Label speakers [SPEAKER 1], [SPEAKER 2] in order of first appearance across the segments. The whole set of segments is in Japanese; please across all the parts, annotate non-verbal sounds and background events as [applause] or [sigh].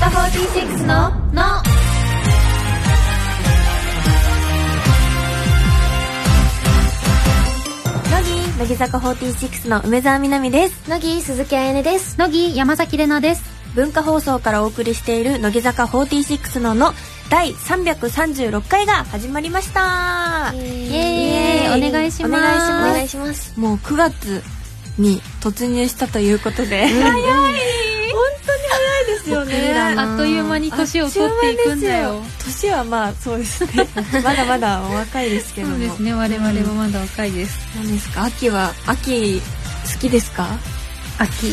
[SPEAKER 1] 46のの
[SPEAKER 2] 乃木乃木坂46の梅澤美波です
[SPEAKER 1] 乃木鈴木あやねです
[SPEAKER 3] 乃木山崎れなです
[SPEAKER 2] 文化放送からお送りしている乃木坂46のの第336回が始まりました
[SPEAKER 1] イエーイ
[SPEAKER 2] イエーイ
[SPEAKER 3] お願いします
[SPEAKER 2] お願いし
[SPEAKER 1] お
[SPEAKER 2] ます
[SPEAKER 1] 願いします
[SPEAKER 2] もう9月に突入したということで、早い本当に早いですよね
[SPEAKER 3] あっという間に年を取っていくんだよ
[SPEAKER 2] あっちゅう間ですよ年はまあそうですねまだまだお若いですけど
[SPEAKER 3] そ
[SPEAKER 2] も
[SPEAKER 3] うですね我々もまだ若いです
[SPEAKER 2] 何ですか秋は秋好きですか
[SPEAKER 3] 秋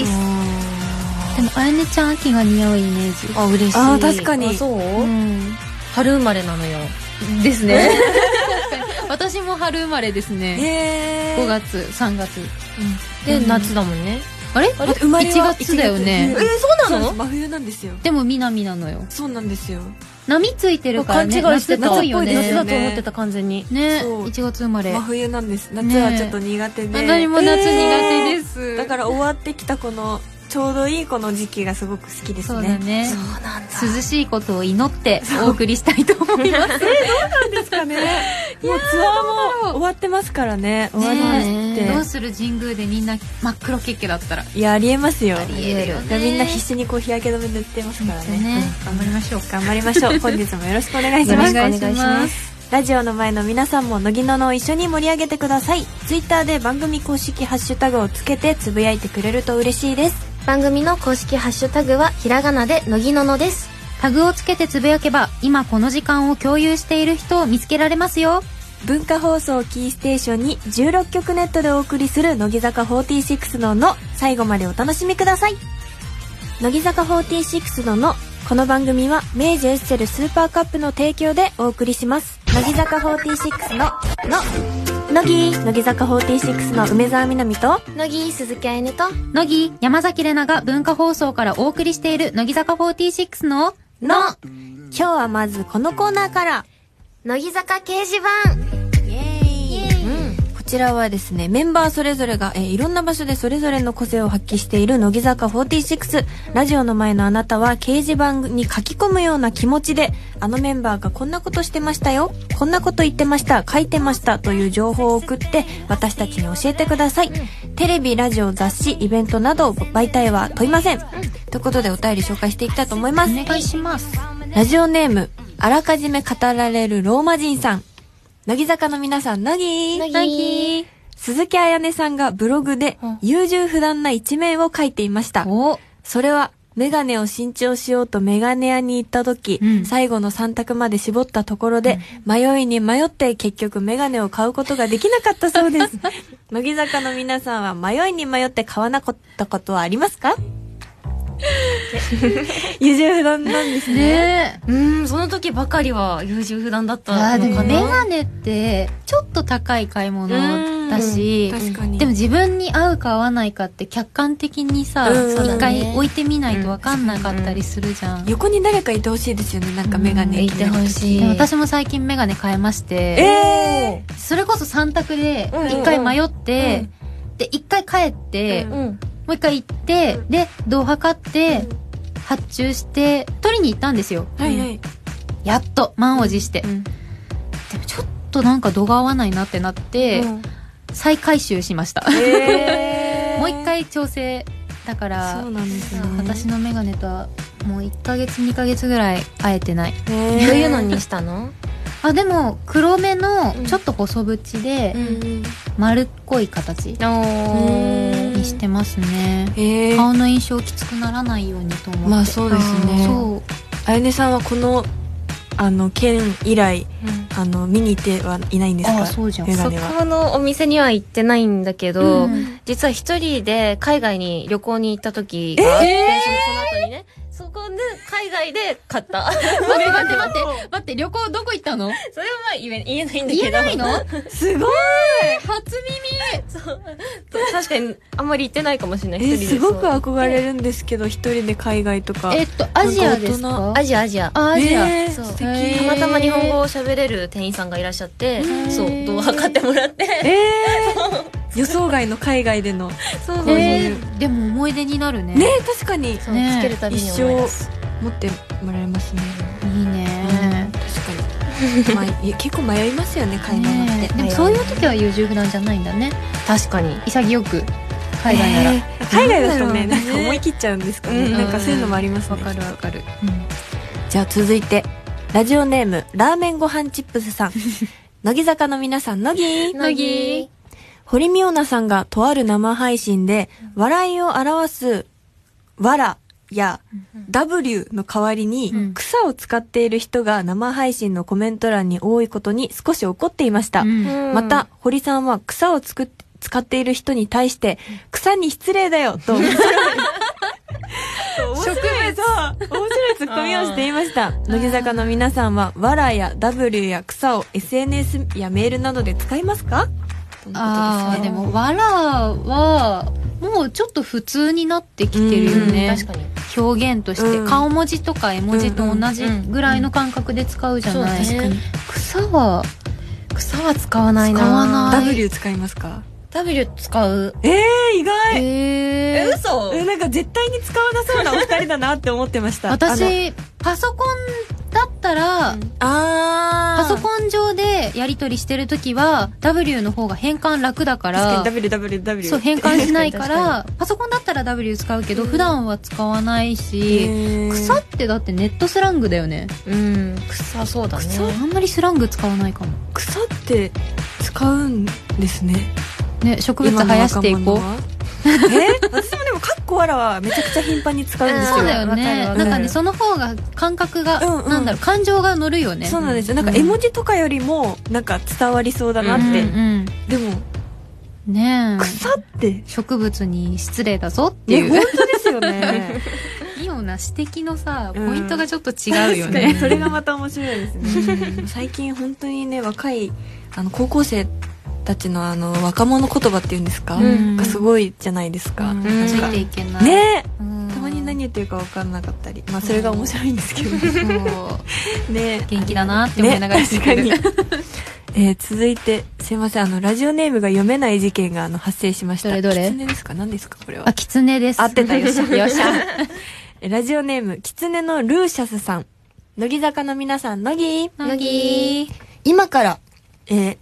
[SPEAKER 2] い
[SPEAKER 3] でもあやねちゃん秋が似合うイメージ
[SPEAKER 1] あ嬉しい
[SPEAKER 2] あー確かに
[SPEAKER 1] あそう、
[SPEAKER 3] うん
[SPEAKER 1] 春生まれなのよ
[SPEAKER 3] ですね私も春生まれですね
[SPEAKER 2] え
[SPEAKER 3] 5月3月
[SPEAKER 1] で、
[SPEAKER 2] うん
[SPEAKER 1] 夏だもんね
[SPEAKER 3] あれ
[SPEAKER 2] あれ生まれは
[SPEAKER 3] 1月だよね
[SPEAKER 2] 1月
[SPEAKER 1] えそうなの
[SPEAKER 2] です真冬なんですよ
[SPEAKER 3] でも南なのよ
[SPEAKER 2] そうなんですよ
[SPEAKER 3] 波ついてるから
[SPEAKER 1] 勘違い
[SPEAKER 3] ね
[SPEAKER 1] してた
[SPEAKER 3] 夏っぽいよ
[SPEAKER 1] 夏
[SPEAKER 3] ね
[SPEAKER 1] だと思ってた完全に
[SPEAKER 3] ね
[SPEAKER 2] そう
[SPEAKER 3] 1月生まれ
[SPEAKER 2] 真冬なんです夏はちょっと苦手で、
[SPEAKER 3] 私も夏苦手です、
[SPEAKER 2] だから終わってきたこのちょうどいいこの時期がすごく好きで
[SPEAKER 3] そ
[SPEAKER 2] すね
[SPEAKER 3] うだね
[SPEAKER 2] そうなんだ
[SPEAKER 3] 涼しいことを祈ってお送りしたいと思います
[SPEAKER 2] ですかねもうツアーも終わってますからね終わりまして、
[SPEAKER 3] どうする神宮でみんな真っ黒けっけだったら
[SPEAKER 2] いやありえますよ
[SPEAKER 3] りえるよね
[SPEAKER 2] みんな必死にこう日焼け止め塗ってますからね
[SPEAKER 3] ね頑張りましょう
[SPEAKER 2] うん頑張りましょう
[SPEAKER 1] [laughs]
[SPEAKER 2] 本日もよろしくお願いします
[SPEAKER 3] よろしくお願いします
[SPEAKER 2] ラジオの前の皆さんも乃木ののを一緒に盛り上げてくださいツイッターで番組公式ハッシュタグをつけてつぶやいてくれると嬉しいです
[SPEAKER 1] 番組の公式ハッシュタグはひらがなで乃木ののです
[SPEAKER 3] タグをつけてつぶやけば今この時間を共有している人を見つけられますよ
[SPEAKER 2] 文化放送キーステーションに16曲ネットでお送りする乃木坂46のの最後までお楽しみください乃木坂46ののこの番組は明治エッセルスーパーカップの提供でお送りします乃木坂46のの乃木乃木坂46の梅澤美波と
[SPEAKER 1] 乃木鈴木あやねと
[SPEAKER 3] 乃木山崎れなが文化放送からお送りしている乃木坂46の
[SPEAKER 2] の今日はまずこのコーナーから
[SPEAKER 1] 乃木坂掲示板
[SPEAKER 2] イエーイこちらはですね、メンバーそれぞれが、えーいろんな場所でそれぞれの個性を発揮している乃木坂46。ラジオの前のあなたは掲示板に書き込むような気持ちで、あのメンバーがこんなことしてましたよ、こんなこと言ってました、書いてましたという情報を送って、私たちに教えてください。テレビ、ラジオ、雑誌、イベントなど、媒体は問いません。ということでお便り紹介していきたいと思います。
[SPEAKER 3] お願いします
[SPEAKER 2] ラジオネーム、あらかじめ語られるローマ人さん。乃木坂の皆さん、乃木
[SPEAKER 1] 乃木
[SPEAKER 2] 鈴木彩音さんがブログで
[SPEAKER 3] うん
[SPEAKER 2] 優柔不断な一面を書いていました。
[SPEAKER 3] お
[SPEAKER 2] それは、メガネを新調しようとメガネ屋に行った時、
[SPEAKER 3] うん
[SPEAKER 2] 最後の3択まで絞ったところで、迷いに迷って結局メガネを買うことができなかったそ
[SPEAKER 3] [laughs]
[SPEAKER 2] うです。乃木坂の皆さんは迷いに迷って買わなかったことはあります
[SPEAKER 3] [laughs]
[SPEAKER 2] か [laughs] 優柔不断なんですね。
[SPEAKER 3] ねえ
[SPEAKER 1] うんその時ばかりは優柔不断だった
[SPEAKER 3] あーで
[SPEAKER 1] の
[SPEAKER 3] も
[SPEAKER 1] か
[SPEAKER 3] メ
[SPEAKER 1] な
[SPEAKER 3] ガネってちょっと高い買い物だし
[SPEAKER 2] 確かに。
[SPEAKER 3] でも自分に合うか合わないかって客観的にさ
[SPEAKER 2] うん
[SPEAKER 3] 一、
[SPEAKER 1] そうだね
[SPEAKER 3] 回置いてみないと分かんなかったりするじゃん、
[SPEAKER 2] 横に誰かいてほしいですよねなんかメガネ
[SPEAKER 1] 言ってほしい
[SPEAKER 3] でも私も最近メガネ変えまして
[SPEAKER 2] え
[SPEAKER 3] それこそ3択で
[SPEAKER 2] うんうん
[SPEAKER 3] 1回迷って、で1回帰って、
[SPEAKER 2] うん
[SPEAKER 3] も
[SPEAKER 1] うん
[SPEAKER 3] う1回行ってで銅測って、発注して取りに行ったんですよ
[SPEAKER 2] はいはい、
[SPEAKER 3] やっと満を持して、
[SPEAKER 2] うん
[SPEAKER 3] でもちょっとなんか度が合わないなってなって、再回収しました、
[SPEAKER 2] [laughs] え
[SPEAKER 3] もう1回調整だから
[SPEAKER 2] そうなんですね
[SPEAKER 3] 私のメガネとはもう1ヶ月2ヶ月ぐらい会えてない
[SPEAKER 2] どう
[SPEAKER 1] どう
[SPEAKER 2] い
[SPEAKER 1] いうのにしたの
[SPEAKER 3] あでも黒目の
[SPEAKER 1] うん
[SPEAKER 3] ちょっと細縁で
[SPEAKER 2] ん
[SPEAKER 3] 丸っこい形
[SPEAKER 2] ー
[SPEAKER 3] にしてますね、
[SPEAKER 2] えー、
[SPEAKER 3] 顔の印象きつくならないようにと思って
[SPEAKER 2] まあそうですね
[SPEAKER 3] そ
[SPEAKER 2] あゆねさんはこのあの件以来あの見に行ってはいないんです
[SPEAKER 3] あ
[SPEAKER 2] か
[SPEAKER 3] あそうじゃん
[SPEAKER 2] メガ
[SPEAKER 1] そ
[SPEAKER 2] ネは
[SPEAKER 1] このお店には行ってないんだけど、
[SPEAKER 3] うん
[SPEAKER 1] 実は一人で海外に旅行に行った時があって、その後にね、そこで海外で買 [laughs] った。
[SPEAKER 3] う待って待って待って待って旅行どこ行った
[SPEAKER 2] [laughs]
[SPEAKER 3] の
[SPEAKER 1] それはまあ言え言えないんだけど。
[SPEAKER 3] 言えないの
[SPEAKER 2] すごい
[SPEAKER 3] 初耳
[SPEAKER 1] そう [laughs] 確かにあんまり行ってないかもしれな
[SPEAKER 2] え
[SPEAKER 1] い。一人
[SPEAKER 2] ー、
[SPEAKER 1] です
[SPEAKER 2] ごく憧れるんですけど一人で海外とか
[SPEAKER 3] えっとアジアですか
[SPEAKER 1] アジアアジア。
[SPEAKER 3] あアジア、
[SPEAKER 2] ねえ
[SPEAKER 1] そう
[SPEAKER 2] 素敵
[SPEAKER 3] へ
[SPEAKER 1] た
[SPEAKER 3] え
[SPEAKER 1] またま日本語を喋れる店員さんがいらっしゃって
[SPEAKER 2] へー、
[SPEAKER 1] そう、動画買ってもらって。
[SPEAKER 2] えー、予想外の海外での
[SPEAKER 1] そう
[SPEAKER 2] そう
[SPEAKER 3] えーでも思い出になるね
[SPEAKER 2] ね確かに
[SPEAKER 1] そう
[SPEAKER 3] ね
[SPEAKER 1] つけるたびに
[SPEAKER 2] 一
[SPEAKER 1] 思い
[SPEAKER 2] 生
[SPEAKER 1] 出す。
[SPEAKER 2] 持ってもらえますね、
[SPEAKER 3] いいね
[SPEAKER 2] 確かに、まあ、い結構迷いますよね買い物って、
[SPEAKER 3] ねえでもそういう時は優柔不断じゃないんだね
[SPEAKER 1] 確かに
[SPEAKER 3] 潔く海外なら、
[SPEAKER 2] えー海外だと
[SPEAKER 3] な
[SPEAKER 2] ね
[SPEAKER 3] んだ
[SPEAKER 2] な
[SPEAKER 3] ろ
[SPEAKER 2] ん
[SPEAKER 3] うね
[SPEAKER 2] か思い切っちゃうんですかね、
[SPEAKER 1] うん
[SPEAKER 2] なんかそういうのもありますね
[SPEAKER 3] わかるわかる、
[SPEAKER 2] じゃあ続いてラジオネームラーメンご飯チップス [laughs] さん乃木坂の皆さん乃木
[SPEAKER 1] 乃木
[SPEAKER 2] 堀美央奈さんがとある生配信で、笑いを表す、わらや、W の代わりに、
[SPEAKER 3] うん
[SPEAKER 2] 草を使っている人が生配信のコメント欄に多いことに少し怒っていました。
[SPEAKER 3] うん
[SPEAKER 2] また、堀さんは草をつく使っている人に対して、草に失礼だ
[SPEAKER 3] [laughs]
[SPEAKER 2] よと、面白い。面白い、そう面白いツッコミをしていました。乃木坂の皆さんは、わらや W や草を SNS やメールなどで使いますかとのことですね
[SPEAKER 3] ああでもわらはもうちょっと普通になってきてるよね、
[SPEAKER 1] うん確かに
[SPEAKER 3] 表現として、
[SPEAKER 2] うん
[SPEAKER 3] 顔文字とか絵文字と同じぐらいの感覚で使うじゃない、
[SPEAKER 1] うんうんうんそうね
[SPEAKER 3] 草は
[SPEAKER 1] 草は使わないな
[SPEAKER 3] 使わない
[SPEAKER 2] W 使いますか
[SPEAKER 1] W 使う
[SPEAKER 2] ええ意外
[SPEAKER 1] え
[SPEAKER 3] えー、
[SPEAKER 1] 嘘
[SPEAKER 2] えなんか絶対に使わなそうなお二人だなって思ってました
[SPEAKER 3] 私パソコンだったら、
[SPEAKER 2] あ
[SPEAKER 3] パソ
[SPEAKER 2] ン
[SPEAKER 3] コン上でやり取りしてるときは W の方が変換楽だか
[SPEAKER 2] 確
[SPEAKER 3] ら
[SPEAKER 2] かに WWW
[SPEAKER 3] そう変換しないか
[SPEAKER 1] 確から
[SPEAKER 3] パソコンだったら W 使うけど、普段は使わないし、
[SPEAKER 2] えー
[SPEAKER 3] 草ってだってネットスラングだよね
[SPEAKER 1] うん草そうだね
[SPEAKER 3] そうあんまりスラング使わないかも
[SPEAKER 2] 草って使うんですね
[SPEAKER 3] ね植物生やしてい
[SPEAKER 2] 今の
[SPEAKER 3] こう
[SPEAKER 2] 若者はえ [laughs] 私もでもカッコわらはめちゃくちゃ頻繁に使うんですよ
[SPEAKER 3] そうだよね
[SPEAKER 1] わかるわか
[SPEAKER 3] な
[SPEAKER 1] る
[SPEAKER 3] んかねその方が感覚が、
[SPEAKER 2] うんうん
[SPEAKER 3] なんだろう感情が乗るよね
[SPEAKER 2] そうなんですよなん
[SPEAKER 3] う
[SPEAKER 2] か
[SPEAKER 3] ん
[SPEAKER 2] 絵文字とかよりもなんか伝わりそうだなって、
[SPEAKER 3] う
[SPEAKER 1] う
[SPEAKER 3] ん
[SPEAKER 2] でも
[SPEAKER 3] うんねえ
[SPEAKER 2] 草って
[SPEAKER 3] 植物に失礼だぞって
[SPEAKER 2] え
[SPEAKER 3] い
[SPEAKER 2] 本
[SPEAKER 3] う
[SPEAKER 2] 当です
[SPEAKER 3] [laughs]
[SPEAKER 2] よね
[SPEAKER 3] いいような指摘のさポ
[SPEAKER 2] うん
[SPEAKER 3] イントがちょっと違うよ
[SPEAKER 2] 確か
[SPEAKER 3] ね
[SPEAKER 2] にそれがまた面白いですね最近本当にね若いあの高校生たちのあの若者言葉っていうんですか、
[SPEAKER 3] うん
[SPEAKER 2] なんかすごいじゃないですか、
[SPEAKER 3] うん
[SPEAKER 2] なん
[SPEAKER 3] つ
[SPEAKER 2] か
[SPEAKER 3] いていけない
[SPEAKER 2] ね
[SPEAKER 3] うん
[SPEAKER 2] たまに何言ってるか分かんなかったりまあそれが面白いんですけどね
[SPEAKER 3] そう
[SPEAKER 2] ね
[SPEAKER 3] 元気だなって思いながら聞いてる [laughs]
[SPEAKER 2] ね確かにえー続いてすいませんあのラジオネームが読めない事件があの発生しました
[SPEAKER 3] どれどれ
[SPEAKER 2] 狐ですか何ですかこれは
[SPEAKER 3] あ、キツネです。
[SPEAKER 2] 合って
[SPEAKER 1] [laughs]
[SPEAKER 2] たよっしゃ
[SPEAKER 3] よっしゃ。
[SPEAKER 2] えラジオネーム狐のルーシャスさん乃木坂の皆さん乃木
[SPEAKER 3] 乃木
[SPEAKER 2] 今から、
[SPEAKER 3] [clears throat]
[SPEAKER 2] えー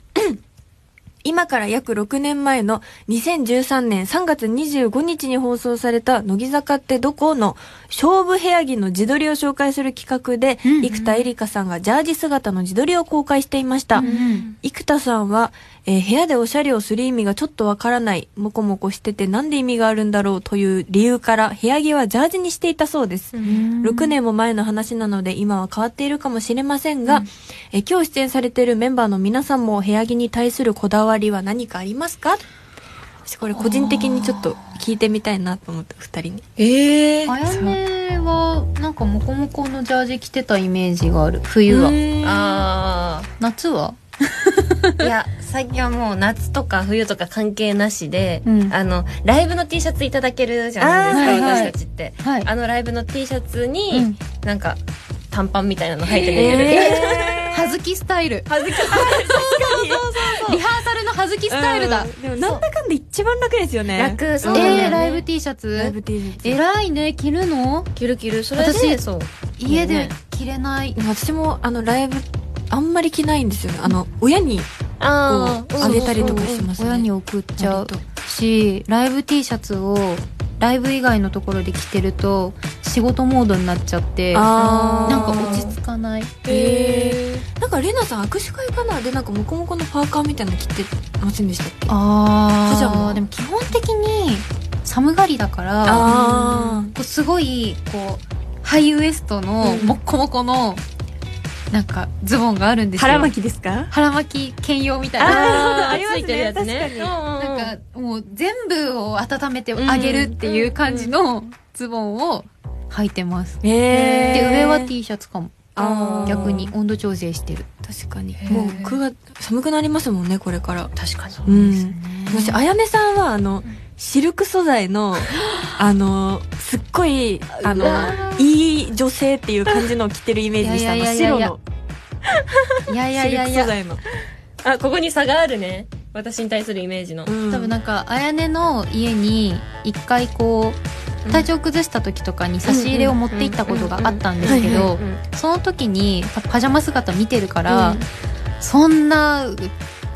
[SPEAKER 2] 今から約6年前の2013年3月25日に放送された乃木坂ってどこの勝負部屋着の自撮りを紹介する企画で、
[SPEAKER 3] うんうん
[SPEAKER 2] 生田絵梨花さんがジャージ姿の自撮りを公開していました。
[SPEAKER 3] うん
[SPEAKER 2] 生田さんは、えー部屋でおしゃれをする意味がちょっとわからない、もこもこしててなんで意味があるんだろうという理由から部屋着はジャージにしていたそうです。6年も前の話なので今は変わっているかもしれませんが、え今日出演されているメンバーの皆さんも部屋着に対するこだわりは何かありますか私これ個人的にちょっと聞いてみたいなと思って二人に
[SPEAKER 1] ええ
[SPEAKER 3] あやねは、なんかモコモコのジャージ着てたイメージがある。冬は。
[SPEAKER 2] あ
[SPEAKER 1] あ
[SPEAKER 3] 夏は
[SPEAKER 1] あいや最近はもう夏とか冬とか関係なしで、
[SPEAKER 3] うん
[SPEAKER 1] あのライブの T シャツいただけるじゃな
[SPEAKER 3] あ
[SPEAKER 1] いですか、
[SPEAKER 3] ーはいはい
[SPEAKER 1] 私たちって、
[SPEAKER 3] はい
[SPEAKER 1] あのライブの T シャツに、
[SPEAKER 3] うん
[SPEAKER 1] なんか短パンみたいなの履いて寝れる、
[SPEAKER 2] え
[SPEAKER 3] はずきスタイル。
[SPEAKER 1] [laughs] 恥ずかしい
[SPEAKER 3] リハーサルのはずきスタイルだ。
[SPEAKER 2] うんでもなんだかんだ一番楽ですよね
[SPEAKER 1] 楽そう
[SPEAKER 3] え
[SPEAKER 1] なんだよね
[SPEAKER 3] ー、ライブ T シャ
[SPEAKER 2] ライ
[SPEAKER 3] ツ
[SPEAKER 2] ブ T シャツ
[SPEAKER 3] 偉いね、着るの
[SPEAKER 1] キルキルそれで
[SPEAKER 3] 私
[SPEAKER 1] そう
[SPEAKER 3] 家で着れない。
[SPEAKER 2] でも私もあのライブあんまり着ないんですよねあの親にこうあ
[SPEAKER 1] ー
[SPEAKER 2] げたりとかしますね
[SPEAKER 3] 親に送っちゃ
[SPEAKER 2] 割
[SPEAKER 3] う
[SPEAKER 2] と
[SPEAKER 3] し、ライブ T シャツを、ライブ以外のところで着てると、仕事モードになっちゃって、なん
[SPEAKER 2] あー
[SPEAKER 3] か落ち着かない。
[SPEAKER 2] へえなんかレナさん握手会かなでなんかモコモコのパーカーみたいなの着てませんでしたっけ
[SPEAKER 3] あー
[SPEAKER 2] パジャマ
[SPEAKER 3] でも基本的に寒がりだから
[SPEAKER 2] あ
[SPEAKER 3] こうすごいこうハイウエストの
[SPEAKER 2] うん
[SPEAKER 3] もっこもこの、なんかズボンがあるんですよ
[SPEAKER 2] 腹巻きですか
[SPEAKER 3] 腹巻き兼用みたいな
[SPEAKER 1] あー
[SPEAKER 2] ありますね
[SPEAKER 1] ついてるやつね
[SPEAKER 2] 確
[SPEAKER 1] うんうんうん
[SPEAKER 3] なんかもう全部を温めてあげるっていう感じのズボンを履いてます、
[SPEAKER 2] へえ
[SPEAKER 3] で上は T シャツかも
[SPEAKER 2] あー
[SPEAKER 3] 逆に温度調整してる
[SPEAKER 2] 確かに
[SPEAKER 1] へえ
[SPEAKER 2] もう9月寒くなりますもんねこれから
[SPEAKER 1] 確かに
[SPEAKER 2] う
[SPEAKER 3] ですね
[SPEAKER 2] んもしあやねさんはあのシルク素
[SPEAKER 3] [laughs]
[SPEAKER 2] 材のあのすっごいあの
[SPEAKER 1] うわ
[SPEAKER 2] いい女性っていう感じのを着てるイメージでしたあ
[SPEAKER 3] い
[SPEAKER 2] の
[SPEAKER 3] やいやいやいやい
[SPEAKER 2] 白の
[SPEAKER 3] やいや
[SPEAKER 2] シ
[SPEAKER 3] い
[SPEAKER 2] ル
[SPEAKER 3] や
[SPEAKER 2] ク
[SPEAKER 3] い
[SPEAKER 2] 素
[SPEAKER 3] や
[SPEAKER 2] 材の
[SPEAKER 1] あここに差があるね私に対するイメージの、
[SPEAKER 2] うん
[SPEAKER 3] 多分なんかあやねの家に一回こう体調崩した時とかに差し入れを持って行ったことがあったんですけ
[SPEAKER 2] うんうんうん
[SPEAKER 3] どその時にパパジャマ姿見てるから、そんな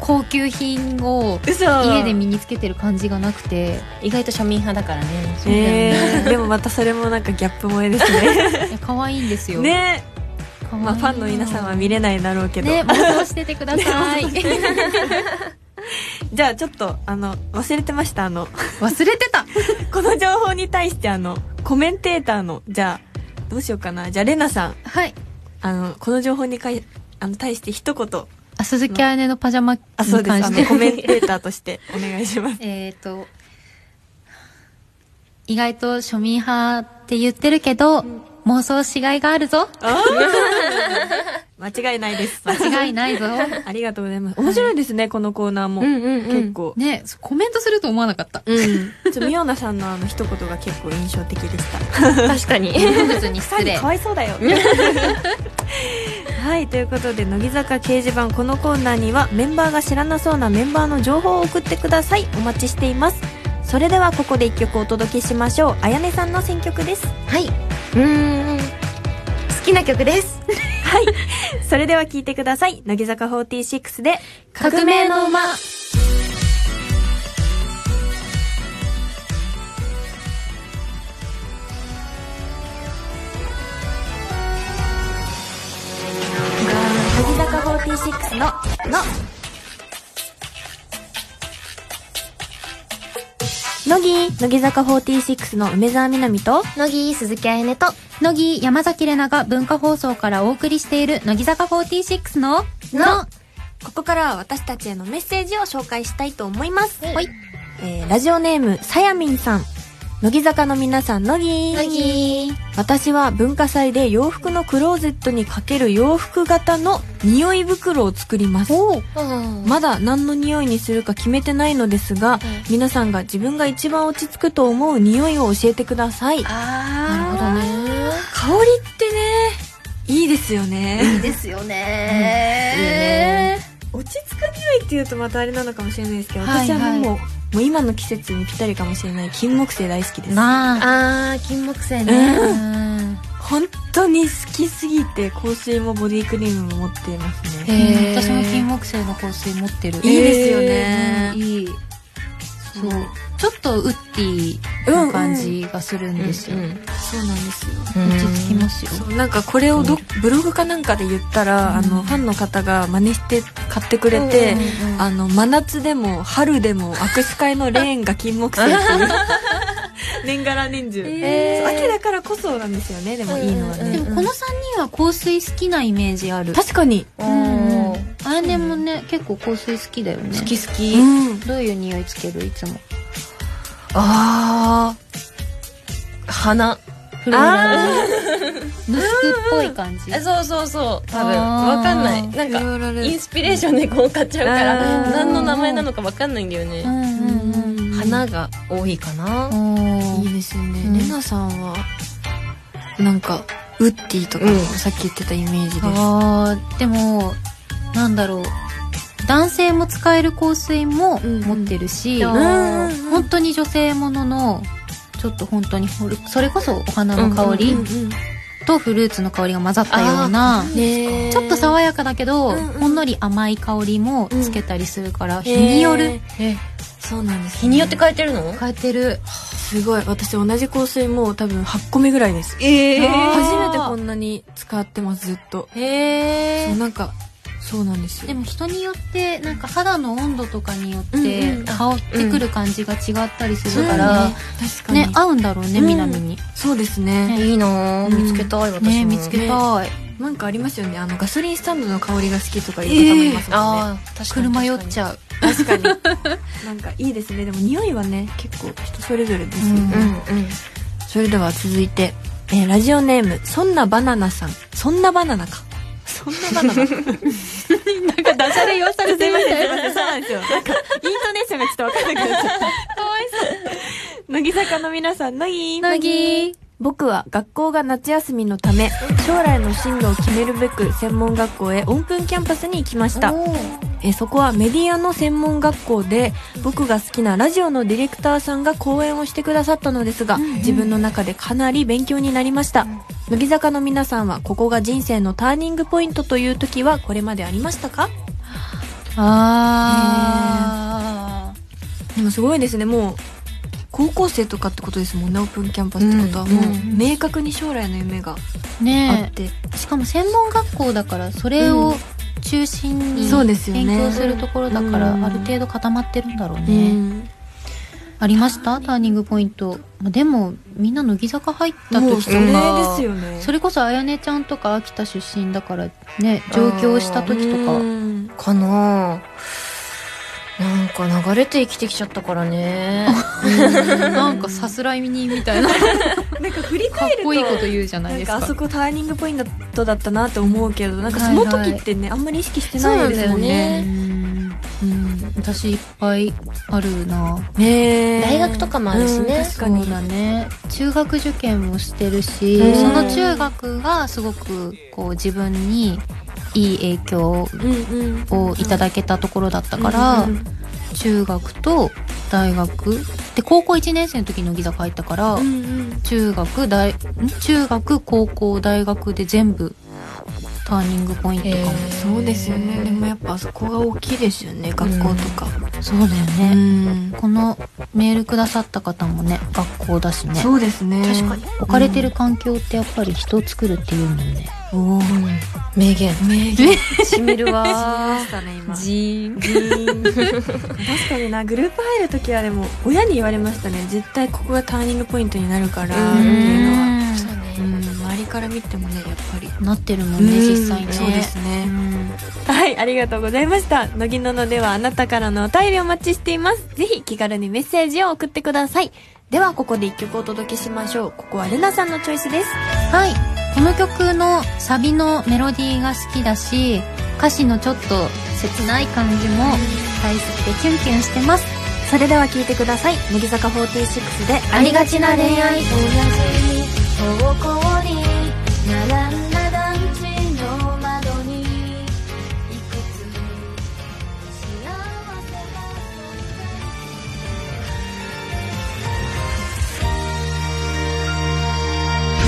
[SPEAKER 3] 高級品を
[SPEAKER 1] 嘘
[SPEAKER 3] 家で身につけてる感じがなくて
[SPEAKER 1] 意外と庶民派だからね
[SPEAKER 2] えー、でもまたそれもなんかギャップ萌えですね
[SPEAKER 3] いや可愛いんですよ。
[SPEAKER 2] ね
[SPEAKER 3] 可愛い
[SPEAKER 2] まあファンの皆さんは見れないだろうけど、
[SPEAKER 3] ね、妄想しててくださ
[SPEAKER 2] [laughs]
[SPEAKER 3] い。
[SPEAKER 2] じゃあちょっとあの忘れてましたあの
[SPEAKER 3] 忘れてた。
[SPEAKER 2] この情報に対してあのコメンテーターのじゃあどうしようかなじゃあレナさん
[SPEAKER 3] はい。
[SPEAKER 2] あのこの情報にかいあの対して一言
[SPEAKER 3] あ鈴木彩音のパジャマに
[SPEAKER 2] あそうです
[SPEAKER 3] 関
[SPEAKER 2] あ
[SPEAKER 3] し
[SPEAKER 2] の
[SPEAKER 3] て
[SPEAKER 2] コメンテーターとしてお願いします
[SPEAKER 3] えっと、意外と庶民派って言ってるけど、妄想しがい [laughs] があるぞ。
[SPEAKER 2] [laughs] 間違いないです
[SPEAKER 3] 間違い
[SPEAKER 2] [laughs]
[SPEAKER 3] ないぞ。
[SPEAKER 2] ありがとうございます面白いですね、このコーナーも、
[SPEAKER 1] うんうんうん
[SPEAKER 2] 結構
[SPEAKER 3] ね、コメントすると思わなかった。
[SPEAKER 1] [laughs]
[SPEAKER 2] うん、ちょミオナさんのあの一言が結構印象的でした。
[SPEAKER 1] 確かに
[SPEAKER 3] 別に失礼
[SPEAKER 2] か。わいそうだよ。 [laughs] はい、ということで、乃木坂掲示板このコーナーにはメンバーが知らなそうなメンバーの情報を送ってください。お待ちしています。それではここで一曲お届けしましょう。あやねさんの選曲です。
[SPEAKER 1] はいうーん好きな曲です
[SPEAKER 2] それでは聴いてください。乃木坂46で、
[SPEAKER 3] 革命の馬。
[SPEAKER 2] 乃木坂46の、の。乃木乃木坂46の梅澤美波と、
[SPEAKER 1] 乃木鈴木あ音と
[SPEAKER 3] 乃木山崎怜奈が文化放送からお送りしている乃木坂46の、
[SPEAKER 2] のここからは私たちへのメッセージを紹介したいと思います。
[SPEAKER 1] はい
[SPEAKER 2] えーラジオネーム、さやみんさん。乃木坂の皆さん、乃木
[SPEAKER 1] 乃木
[SPEAKER 2] 私は文化祭で洋服のクローゼットにかける洋服型の匂い袋を作ります。
[SPEAKER 1] ま
[SPEAKER 2] まだ何の匂いにするか決めてないのですが、皆さんが自分が一番落ち着くと思う匂いを教えてください。香
[SPEAKER 1] あなるほどね
[SPEAKER 2] りってね、いいですよね。
[SPEAKER 1] ですよ
[SPEAKER 2] ね
[SPEAKER 1] ね
[SPEAKER 2] 落ち着く匂いっていうとまたあれなのかもしれないですけど、
[SPEAKER 3] はい
[SPEAKER 2] 私は
[SPEAKER 3] はい
[SPEAKER 2] もう、もう今の季節にぴったりかもしれない金木犀大好きです。
[SPEAKER 3] なあ。
[SPEAKER 1] あー金木犀
[SPEAKER 2] ね
[SPEAKER 1] ね
[SPEAKER 3] うん
[SPEAKER 2] 本当に好きすぎて、香水もボディクリームも持っていますね。
[SPEAKER 1] へー
[SPEAKER 3] 私も金木犀の香水持ってる。
[SPEAKER 2] いいですよね
[SPEAKER 3] うんいい。そう。ちょっとウッディ
[SPEAKER 2] うんう
[SPEAKER 3] なん感じがするんですよ。
[SPEAKER 2] そうなんですよ。
[SPEAKER 3] 落ち着きますよ。
[SPEAKER 2] そうなんかこれをどブログかなんかで言ったら、あのファンの方が真似して買ってくれて、あの真夏でも春でも握手会のレーンが金木犀っていう年がら年中、
[SPEAKER 3] えー
[SPEAKER 2] そう秋だからこそなんですよねでもいいのはね、
[SPEAKER 1] うん
[SPEAKER 3] でもこの3人は香水好きなイメージある。
[SPEAKER 2] 確かに、
[SPEAKER 3] うん
[SPEAKER 1] おー。
[SPEAKER 3] あやねもね、結構香水好きだよね。
[SPEAKER 1] き好き
[SPEAKER 2] うん、
[SPEAKER 3] どういう匂いつけるいつも。
[SPEAKER 1] ああ花
[SPEAKER 3] フローラル。ムスクっぽい感じ。
[SPEAKER 1] そうそうそう多分
[SPEAKER 3] あー
[SPEAKER 1] わかんないなんかインスピレーションでこう買っちゃうから
[SPEAKER 2] あー
[SPEAKER 1] 何の名前なのかわかんないんだよ
[SPEAKER 3] う
[SPEAKER 1] ね
[SPEAKER 3] んうんうん。
[SPEAKER 1] 花が多いかな
[SPEAKER 3] お
[SPEAKER 2] いい
[SPEAKER 3] ー
[SPEAKER 2] ですよね、
[SPEAKER 3] うん
[SPEAKER 2] レナさんはなんかウッディとか
[SPEAKER 1] うん
[SPEAKER 2] さっき言ってたイメージです、
[SPEAKER 3] あーでも、なんだろう。男性も使える香水も持ってるし、
[SPEAKER 1] うん
[SPEAKER 2] うんうん
[SPEAKER 3] 本当に女性ものの、ちょっと本当にほる、それこそお花の香り
[SPEAKER 2] うんうん
[SPEAKER 3] とフルーツの香りが混ざったような、
[SPEAKER 2] ね
[SPEAKER 3] ちょっと爽やかだけど、
[SPEAKER 2] うんうん
[SPEAKER 3] ほんのり甘い香りもつけたりするから、
[SPEAKER 2] へ
[SPEAKER 3] 日
[SPEAKER 2] ー
[SPEAKER 3] による。
[SPEAKER 1] え
[SPEAKER 2] そうなんです、
[SPEAKER 1] 日によって変えてるの
[SPEAKER 3] 変えてる。
[SPEAKER 2] すごい私同じ香水もう多分8個目ぐらいです
[SPEAKER 1] え
[SPEAKER 3] えー
[SPEAKER 2] 初めてこんなに使ってますずっと
[SPEAKER 1] へ
[SPEAKER 2] そうなんかそうなんですよ
[SPEAKER 3] でも人によって、なんか肌の温度とかによっ
[SPEAKER 2] うんう
[SPEAKER 3] て、
[SPEAKER 2] ん
[SPEAKER 3] 香ってくる感じが違ったりす
[SPEAKER 2] そう
[SPEAKER 3] るか
[SPEAKER 2] だ
[SPEAKER 3] ら、
[SPEAKER 2] ね確かに
[SPEAKER 3] ね、合うんだろうね、
[SPEAKER 2] うん
[SPEAKER 3] 南に。
[SPEAKER 2] そうですね
[SPEAKER 3] ね
[SPEAKER 1] いいなあ
[SPEAKER 2] うん
[SPEAKER 1] 見つけたい私も
[SPEAKER 3] ね、見つけたい。
[SPEAKER 2] なんかありますよねあのガソリンスタンドの香りが好きとかいう方もいますもんね、
[SPEAKER 1] ああ確かに
[SPEAKER 3] 車酔っち
[SPEAKER 1] ゃ
[SPEAKER 3] ゃう。
[SPEAKER 2] 確かに [laughs] なんかいいですねでも匂いはね結構人それぞれですよね、
[SPEAKER 1] うんうん
[SPEAKER 2] それでは続いて、えーラジオネームそんなバナナさんそんなバナナか [laughs] そんなバナナなんかダジャレ言わされてる
[SPEAKER 3] [laughs]
[SPEAKER 2] みたいなそうなんですよなんかイントネーションがちょっとわかんなくなっちゃったかわいそう乃木坂の皆さん乃木
[SPEAKER 3] 乃木
[SPEAKER 2] 僕は学校が夏休みのため将来の進路を決めるべく専門学校へオープンキャンパスに行きました
[SPEAKER 3] おー
[SPEAKER 2] えーそこはメディアの専門学校で僕が好きなラジオのディレクターさんが講演をしてくださったのですが、自分の中でかなり勉強になりました、乃木坂の皆さんはここが人生のターニングポイントという時はこれまでありましたか
[SPEAKER 3] あ
[SPEAKER 2] でもすごいですねもう高校生とかってことですもんねオープンキャンパスってことはもう
[SPEAKER 3] うん
[SPEAKER 2] 明確に将来の夢
[SPEAKER 3] ー
[SPEAKER 2] があっ
[SPEAKER 3] ね
[SPEAKER 2] て、
[SPEAKER 3] えしかも専門学校だからそれを中心に
[SPEAKER 2] そうですよね
[SPEAKER 3] 勉強するところだから、
[SPEAKER 2] うん
[SPEAKER 3] ある程度固まってるんだろうね、
[SPEAKER 2] うん
[SPEAKER 3] ありましたターニングポイント、まあ、でもみんな乃木坂入った
[SPEAKER 2] もう
[SPEAKER 3] 時
[SPEAKER 2] そ
[SPEAKER 3] と
[SPEAKER 2] れ
[SPEAKER 3] か、
[SPEAKER 2] ですよね
[SPEAKER 3] それこそあやねちゃんとか秋田出身だからね上京した時とか
[SPEAKER 2] うん
[SPEAKER 1] かなあなんか流れて生きてきちゃったからね。
[SPEAKER 3] なんかさすらいにみ
[SPEAKER 2] [laughs]
[SPEAKER 3] たいなかっ
[SPEAKER 2] なんか振り返ると
[SPEAKER 3] こいいこと言うじゃな
[SPEAKER 2] ないん
[SPEAKER 3] です
[SPEAKER 2] か
[SPEAKER 3] か
[SPEAKER 2] あそこターニングポイントだったなって思うけどなんかその時ってねあんまり意識してないですもん
[SPEAKER 1] そう
[SPEAKER 2] ね
[SPEAKER 3] うん私いっぱいあるな
[SPEAKER 2] ね
[SPEAKER 1] 大学とかもあるしね
[SPEAKER 2] うん確かに
[SPEAKER 3] そうだね中学受験もしてるし
[SPEAKER 2] うん
[SPEAKER 3] その中学がすごくこう自分にいい影響
[SPEAKER 2] うん
[SPEAKER 3] をいただけたところだった
[SPEAKER 2] だ
[SPEAKER 3] から、中学と大学で高校1年生の時に乃木坂入ったから、中学大ん中学高校大学で全部ターニングポイントかも、
[SPEAKER 2] そうですよねでもやっぱそこが大きいですよね学校とか
[SPEAKER 3] そうだよ
[SPEAKER 2] う
[SPEAKER 3] ね、
[SPEAKER 2] ん
[SPEAKER 3] このメールくださった方もね学校だしね
[SPEAKER 2] そうですね
[SPEAKER 1] 確かに
[SPEAKER 3] 置かれてる環境ってやっぱり人を作るっていうもんね
[SPEAKER 2] おー
[SPEAKER 1] 名言。
[SPEAKER 2] 名言
[SPEAKER 1] しみるわ。
[SPEAKER 2] [laughs] したね今
[SPEAKER 1] ジーン。
[SPEAKER 2] 確かになグループ入る時はでも親に言われましたね絶対ここがターニングポイントになるからっていうのは
[SPEAKER 3] うん
[SPEAKER 1] そうね
[SPEAKER 2] うん周りから見てもねやっぱり
[SPEAKER 3] なってるもんね
[SPEAKER 2] うん
[SPEAKER 3] 実際ね
[SPEAKER 2] そうですね
[SPEAKER 3] うん
[SPEAKER 2] はい、ありがとうございました。乃木ののではあなたからのお便りをお待ちしています。ぜひ気軽にメッセージを送ってください。では、ここで一曲お届けしましょう。ここはレナさんのチョイスです。
[SPEAKER 3] はい。この曲のサビのメロディーが好きだし、歌詞のちょっと切ない感じも大好きでキュンキュンしてます。
[SPEAKER 2] それでは聴いてください。乃木坂46でありがちな恋愛。
[SPEAKER 4] 方向に並んだ団地の窓にいくつ幸せが
[SPEAKER 2] 乃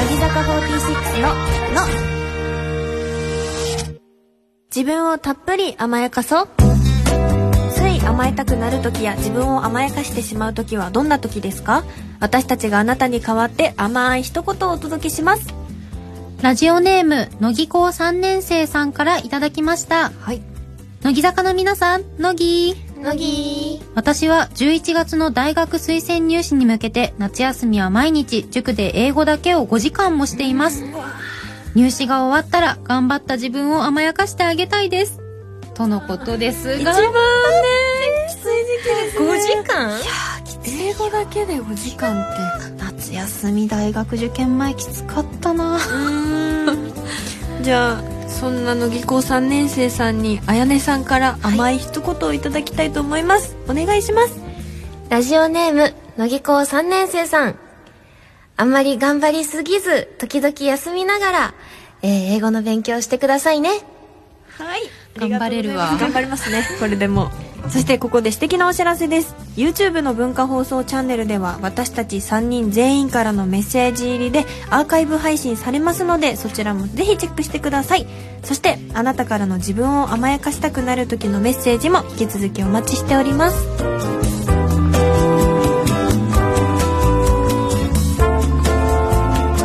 [SPEAKER 2] 木坂46の、の。自分をたっぷり甘やかそう。つい甘えたくなる時や自分を甘やかしてしまう時はどんな時ですか私たちがあなたに代わって甘い一言をお届けします。
[SPEAKER 3] ラジオネーム、乃木高3年生さんからいただきました。
[SPEAKER 2] はい。
[SPEAKER 3] 乃木坂の皆さん、乃木
[SPEAKER 4] 乃木
[SPEAKER 3] 私は11月の大学推薦入試に向けて夏休みは毎日塾で英語だけを5時間もしています。入試が終わったら頑張った自分を甘やかしてあげたいです。とのことです
[SPEAKER 2] 一
[SPEAKER 3] が
[SPEAKER 2] 番ね、きつい時期
[SPEAKER 1] 5
[SPEAKER 2] ですね。
[SPEAKER 1] 時間
[SPEAKER 2] 英語だけで5時間って。
[SPEAKER 3] 夏休み大学受験前きつかったな
[SPEAKER 2] じゃあ、そんな乃木高3年生さんに、あやねさんから甘い一言をいただきたいと思います。お願いします。
[SPEAKER 4] ラジオネーム、乃木高3年生さん。あんまり頑張りすぎず、時々休みながら、えー英語の勉強してくださいね。
[SPEAKER 2] はい。
[SPEAKER 3] 頑張れるわ
[SPEAKER 2] ありがとうございます頑張りますね、 [laughs] これでも。そしてここで素敵なお知らせです。YouTube の文化放送チャンネルでは私たち3人全員からのメッセージ入りでアーカイブ配信されますのでそちらもぜひチェックしてください。そしてあなたからの自分を甘やかしたくなる時のメッセージも引き続きお待ちしております。乃木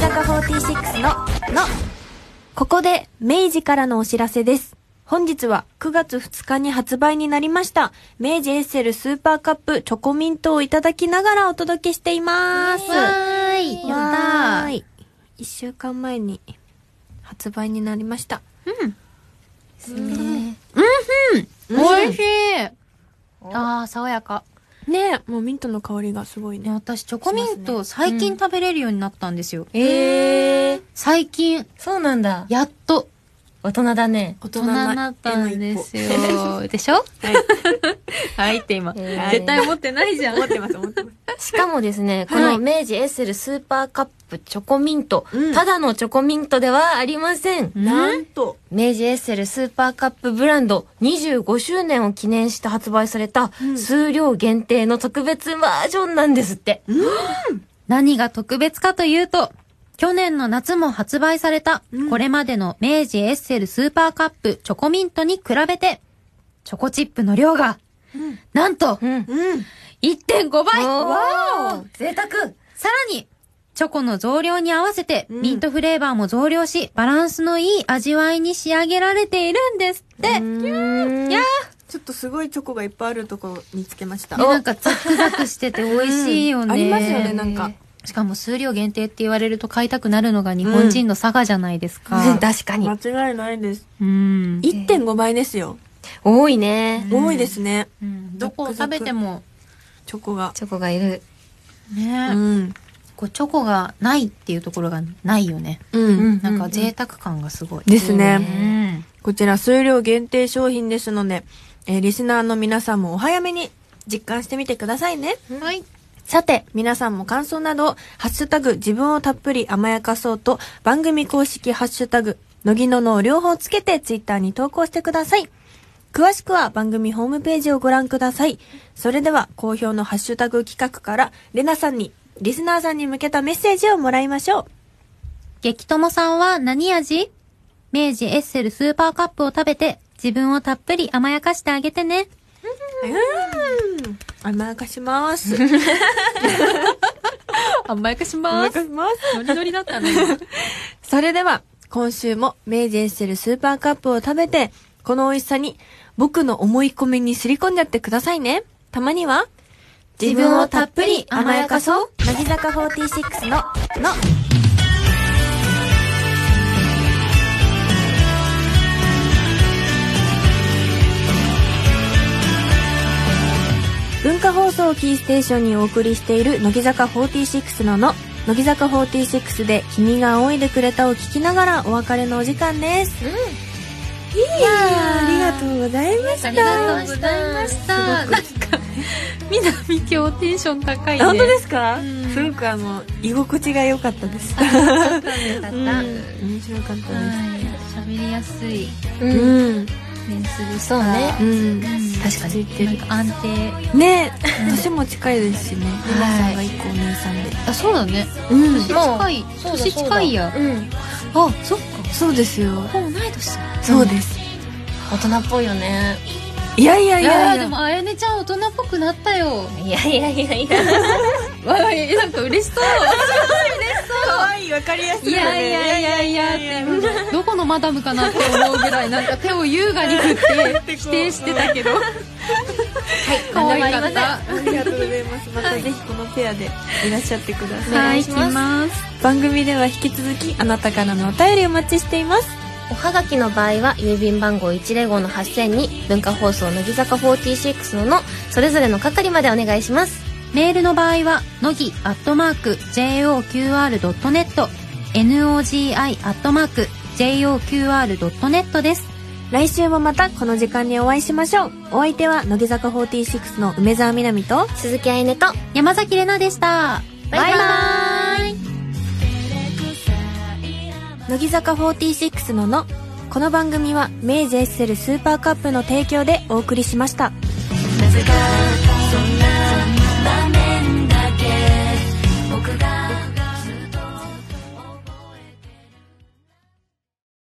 [SPEAKER 2] 坂46の、の、ここで、明治からのお知らせです。本日は9月2日に発売になりました、明治エッセルスーパーカップチョコミントをいただきながらお届けしています。
[SPEAKER 3] ーいや
[SPEAKER 2] わ
[SPEAKER 3] だ
[SPEAKER 2] ーい。1週間前に発売になりました。
[SPEAKER 3] うんおいしいあー爽やか
[SPEAKER 2] ねえ、もうミントの香りがすごい
[SPEAKER 3] ね
[SPEAKER 2] ね。
[SPEAKER 3] 私チョコミント最近食べれるようになったんですよ
[SPEAKER 1] ええー。
[SPEAKER 3] 最近
[SPEAKER 1] そうなんだ。
[SPEAKER 3] やっと
[SPEAKER 1] 大人だね。
[SPEAKER 2] 大
[SPEAKER 3] 大人になったんです [laughs] よでしょはいって今
[SPEAKER 1] はい
[SPEAKER 3] 絶対持ってないじゃん [laughs]
[SPEAKER 2] 思ってます、思ってます。
[SPEAKER 1] しかもですね、こ
[SPEAKER 3] はい
[SPEAKER 1] の明治エッセルスーパーカップチョコミント、
[SPEAKER 2] うん
[SPEAKER 1] ただのチョコミントではありません。
[SPEAKER 2] なんと、
[SPEAKER 1] 明治エッセルスーパーカップブランド25周年を記念して発売された数量限定の特別バージョンなんですって。
[SPEAKER 3] 何が特別かというと、去年の夏も発売された、これまでの明治エッセルスーパーカップチョコミントに比べて、チョコチップの量が、なんと
[SPEAKER 1] うん。
[SPEAKER 2] うん。
[SPEAKER 3] 1.5倍
[SPEAKER 1] わお贅沢
[SPEAKER 3] さらに、チョコの増量に合わせて、ミントフレーバーも増量し、バランスのいい味わいに仕上げられているんですって。
[SPEAKER 1] いや
[SPEAKER 2] ちょっとすごいチョコがいっぱいあるとこ見つけました。
[SPEAKER 3] でなんかザクザクしてて美味しいよね。
[SPEAKER 2] ありますよね、なんか。
[SPEAKER 3] しかも数量限定って言われると買いたくなるのが日本人の佐賀じゃないですか。
[SPEAKER 1] [laughs] 確かに。
[SPEAKER 2] 間違いないです。
[SPEAKER 3] うん。
[SPEAKER 2] 1.5倍ですよ。
[SPEAKER 1] 多いね。
[SPEAKER 2] 多いですね。
[SPEAKER 3] うんどこを食べても、
[SPEAKER 2] チョコが。
[SPEAKER 1] チョコがいる。
[SPEAKER 3] ね、
[SPEAKER 2] うん。
[SPEAKER 3] こうチョコがないっていうところがないよね。
[SPEAKER 2] うん。
[SPEAKER 3] なんか贅沢感がすごい。
[SPEAKER 2] ですね。
[SPEAKER 3] うん。
[SPEAKER 2] こちら数量限定商品ですので、えーリスナーの皆さんもお早めに実感してみてくださいね。
[SPEAKER 3] はい。
[SPEAKER 2] さて、皆さんも感想など、ハッシュタグ自分をたっぷり甘やかそうと、番組公式ハッシュタグ、のぎののを両方つけてツイッターに投稿してください。詳しくは番組ホームページをご覧ください。それでは、好評のハッシュタグ企画から、レナさんに、リスナーさんに向けたメッセージをもらいましょう。
[SPEAKER 3] 激友さんは何味明治エッセルスーパーカップを食べて、自分をたっぷり甘やかしてあげてね。
[SPEAKER 2] うん。甘やかします。
[SPEAKER 3] 甘やかし
[SPEAKER 2] 甘
[SPEAKER 3] ま
[SPEAKER 2] やかします。
[SPEAKER 3] ノリノリだったね。
[SPEAKER 2] それでは、今週も明治エッセルスーパーカップを食べて、この美味しさに僕の思い込みにすり込んじゃってくださいね。たまには、。
[SPEAKER 3] 自分をたっぷり甘やかそう
[SPEAKER 2] 乃木坂46の、の、文化放送をキーステーションにお送りしている乃木坂46のの乃木坂46で「君が仰いでくれた」を聞きながらお別れのお時間です、うん、いやありがとうございました
[SPEAKER 3] ありがとうございました。なんか、南今日テンション高いね。
[SPEAKER 2] 本当ですか、
[SPEAKER 3] うん
[SPEAKER 2] すごくあの居心地が良かったです、
[SPEAKER 3] だった。
[SPEAKER 2] うん、
[SPEAKER 3] は
[SPEAKER 2] 面白かったで
[SPEAKER 3] い。喋りやすい。
[SPEAKER 1] う
[SPEAKER 2] す、
[SPEAKER 1] ん。
[SPEAKER 2] うん
[SPEAKER 3] 面する
[SPEAKER 1] そうね。
[SPEAKER 2] うん、
[SPEAKER 3] 確かに。なんか安定。
[SPEAKER 2] ね年も近いですしね皆さんが
[SPEAKER 3] はい
[SPEAKER 2] 一個お姉さんで、
[SPEAKER 3] あ、そうだね。
[SPEAKER 2] うん
[SPEAKER 3] 年近い。年近いや。
[SPEAKER 1] うん。
[SPEAKER 3] あ、そっか。
[SPEAKER 2] そうですよ
[SPEAKER 3] もう同い年だ。
[SPEAKER 2] そうです
[SPEAKER 1] 大人っぽいよね。
[SPEAKER 2] いやいやい
[SPEAKER 3] い
[SPEAKER 2] や
[SPEAKER 3] や
[SPEAKER 2] い
[SPEAKER 3] ー
[SPEAKER 2] や
[SPEAKER 3] でもあやねちゃん大人っぽくなったよ。
[SPEAKER 1] いやいやいやい [laughs] や。
[SPEAKER 3] わい、なんか嬉しそう。
[SPEAKER 2] 可愛いわかりやす
[SPEAKER 3] いやいやいやいやって、どこのマダムかなって思うぐらい、なんか手を優雅に振って、否定してたけど。はい、可愛 [laughs] かった。
[SPEAKER 2] ありがとうござい [laughs] ます。またぜひこのペアでいらっしゃってください。
[SPEAKER 3] はい、行きます。
[SPEAKER 2] 番組では引き続きあなたからのお便りお待ちしています。
[SPEAKER 1] おはがきの場合は、郵便番号105の8000に、文化放送乃木坂46のの、それぞれの係までお願いします。
[SPEAKER 3] メールの場合は、のぎアットマーク、joqr.net、nogi アットマーク、joqr.net です。
[SPEAKER 2] 来週もまたこの時間にお会いしましょう。お相手は乃木坂46の梅澤みなみと、
[SPEAKER 1] 鈴木愛音と、
[SPEAKER 3] 山崎れなでした。
[SPEAKER 1] バイバ
[SPEAKER 3] ーイ
[SPEAKER 2] 乃木坂46のの。この番組は明治エッセルスーパーカップの提供でお送りしました。
[SPEAKER 4] なぜかそんな